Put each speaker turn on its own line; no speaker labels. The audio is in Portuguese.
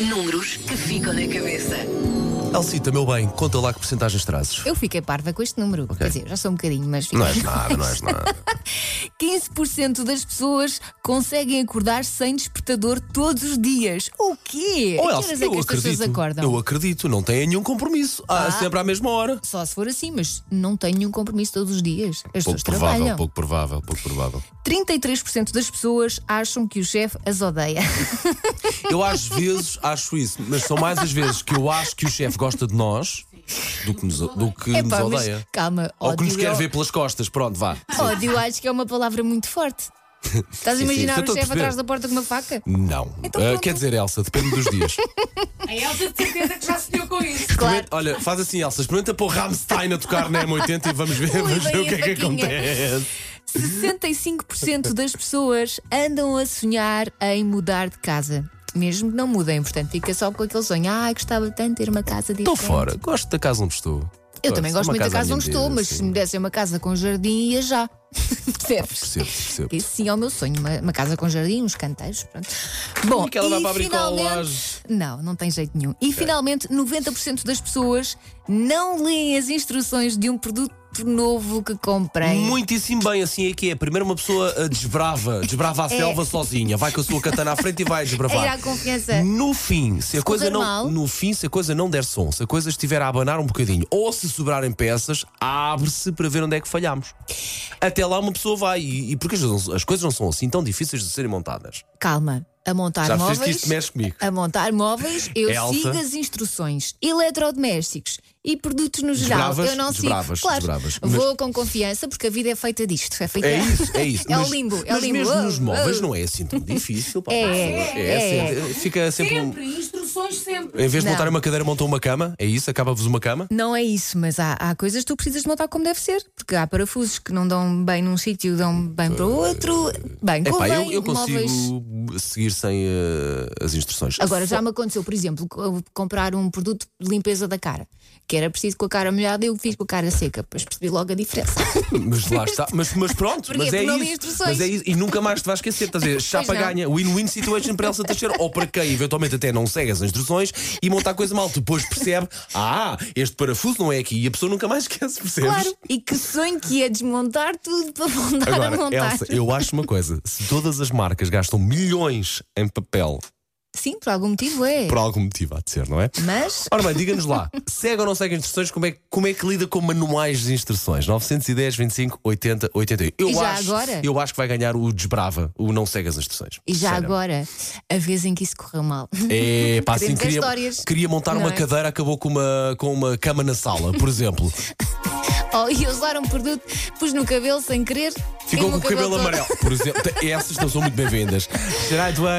Números que ficam na cabeça.
Alcita, meu bem, conta lá que porcentagens trazes.
Eu fiquei parva com este número. Quer dizer, já sou um bocadinho, mas fiquei.
Não é? és nada, não és nada.
15% das pessoas conseguem acordar sem despertador todos os dias. O quê?
Oh,
a que
Elsa,
horas é
eu
que as pessoas
acredito.
acordam?
Eu acredito, não têm nenhum compromisso. Ah,
Ah.
sempre à mesma hora.
Só se for assim, mas não tenho nenhum compromisso todos os dias. As pessoas
Pouco provável,
trabalham.
pouco provável, pouco provável.
33% das pessoas acham que o chefe as odeia.
Eu às vezes acho isso, mas são mais as vezes que eu acho que o chefe gosta de nós do que nos, do que nos
Epá, mas
odeia.
calma,
Ou que nos
ódio.
quer
eu-
ver pelas costas. Pronto, vá.
Ódio, acho que é uma palavra muito forte. Estás a
Sim, sim,
imaginar
estou
o
a
chefe
perceber.
atrás da porta com uma faca?
Não.
Então
Ah,
pronto.
quer dizer, Elsa, depende dos dias.
A Elsa de certeza que já sonhou com isso.
Claro.
Olha, faz assim, Elsa, experimenta pôr Rammstein a tocar na M80 e vamos ver, vamos ver
bem
o que é que
faquinha.
acontece.
65% das pessoas andam a sonhar em mudar de casa. Mesmo que não mudem, portanto, fica só com aquele sonho. Ai, gostava tanto de ter uma casa diferente.
Estou fora, gosto da casa onde estou. é
Eu também gosto
Uma
muito da casa
à
onde
minha
estou,
medida,
mas se
sim.
me dessem uma casa com jardim, ia já. Percebes?
Percebo, percebo.
Esse sim é o meu sonho, uma, uma casa com jardim, uns canteiros, pronto. Bom,
é que ela vai
e
para a É. bricolagem.
finalmente- Não, não tem jeito nenhum. E finalmente, 90% das pessoas não leem as instruções de um produto novo que comprem.
Muitíssimo bem, assim é que é. Primeiro uma pessoa ah, desbrava, desbrava a selva sozinha, vai com a sua katana à frente e vai
é ir à
desbravar.
confiança.
No fim, se a coisa
correr
não,
mal.
no fim, se a coisa não der som, se a coisa estiver a abanar um bocadinho ou se sobrarem peças, abre-se para ver onde é que falhamos. Até lá uma pessoa vai e, e porque as, as coisas não são assim tão difíceis de serem montadas.
Calma, a montar
Já
móveis.
percebes que isto mexe comigo.
A montar móveis, eu
Elsa.
sigo as instruções. Eletrodomésticos e produtos no geral.
Desbravas,
eu não sigo.
desbravas,
claro,
desbravas.
Vou com confiança porque a vida é feita disto. É, feita...
É isso, é isso.
É o
Mas-
limbo, é o
mas
limbo.
mesmo nos
Oh,
móveis
oh.
não é assim tão difícil. pá.
É,
é,
é.
é. Fica sempre. um-
Sempre, instruções sempre.
Em vez de
Não.
montar uma cadeira, montam uma cama. É isso? Acaba-vos uma cama?
Não é isso, mas há, há coisas que tu precisas de montar como deve ser. Porque há parafusos que não dão bem num sítio, dão bem para o outro. Bem,
Eh, Epá,
convém,
eu, eu consigo
móveis.
seguir sem eh, as instruções.
Agora já me aconteceu, por exemplo, co- comprar um produto de limpeza da cara, que era preciso com a cara molhada e eu fiz com a cara seca, depois percebi logo a diferença.
Mas lá está. Mas, mas pronto,
Porque
mas é,
tu não li
isso,
instruções.
mas é isso. E nunca mais te vais esquecer. Estás a dizer, chapa
não.
ganha. Win-win situation para Elsa Teixeira. Ou para quem eventualmente até não segue as instruções e monta a coisa mal. Depois percebe, ah, este parafuso não é aqui. E a pessoa nunca mais esquece, percebes?
Claro, e que sonho que é desmontar tudo para voltar a
Agora,
montar.
Elsa, eu acho uma coisa: se todas as marcas gastam milhões em papel
Sim, por algum motivo é.
por algum motivo, há de ser, não é?
Mas
Ora bem, diga-nos lá, segue ou não segue as instruções, como é, que- como é que lida com manuais de instruções? 910, 25, 80, 81. Eu,
E já
acho,
agora?
eu acho que vai ganhar o desbrava, o não segue as instruções.
e já agora, a vez em que isso correu mal.
É, pá, assim
Queremos ver
queria,
histórias,
queria montar
não
uma
é?
cadeira, acabou com uma, com uma cama na sala, por exemplo.
Oh, e usar um produto, pus no cabelo sem querer.
Ficou
caiu-me
com o cabelo
todo.
amarelo, por exemplo. Essas não são muito bem-vindas. Gerardo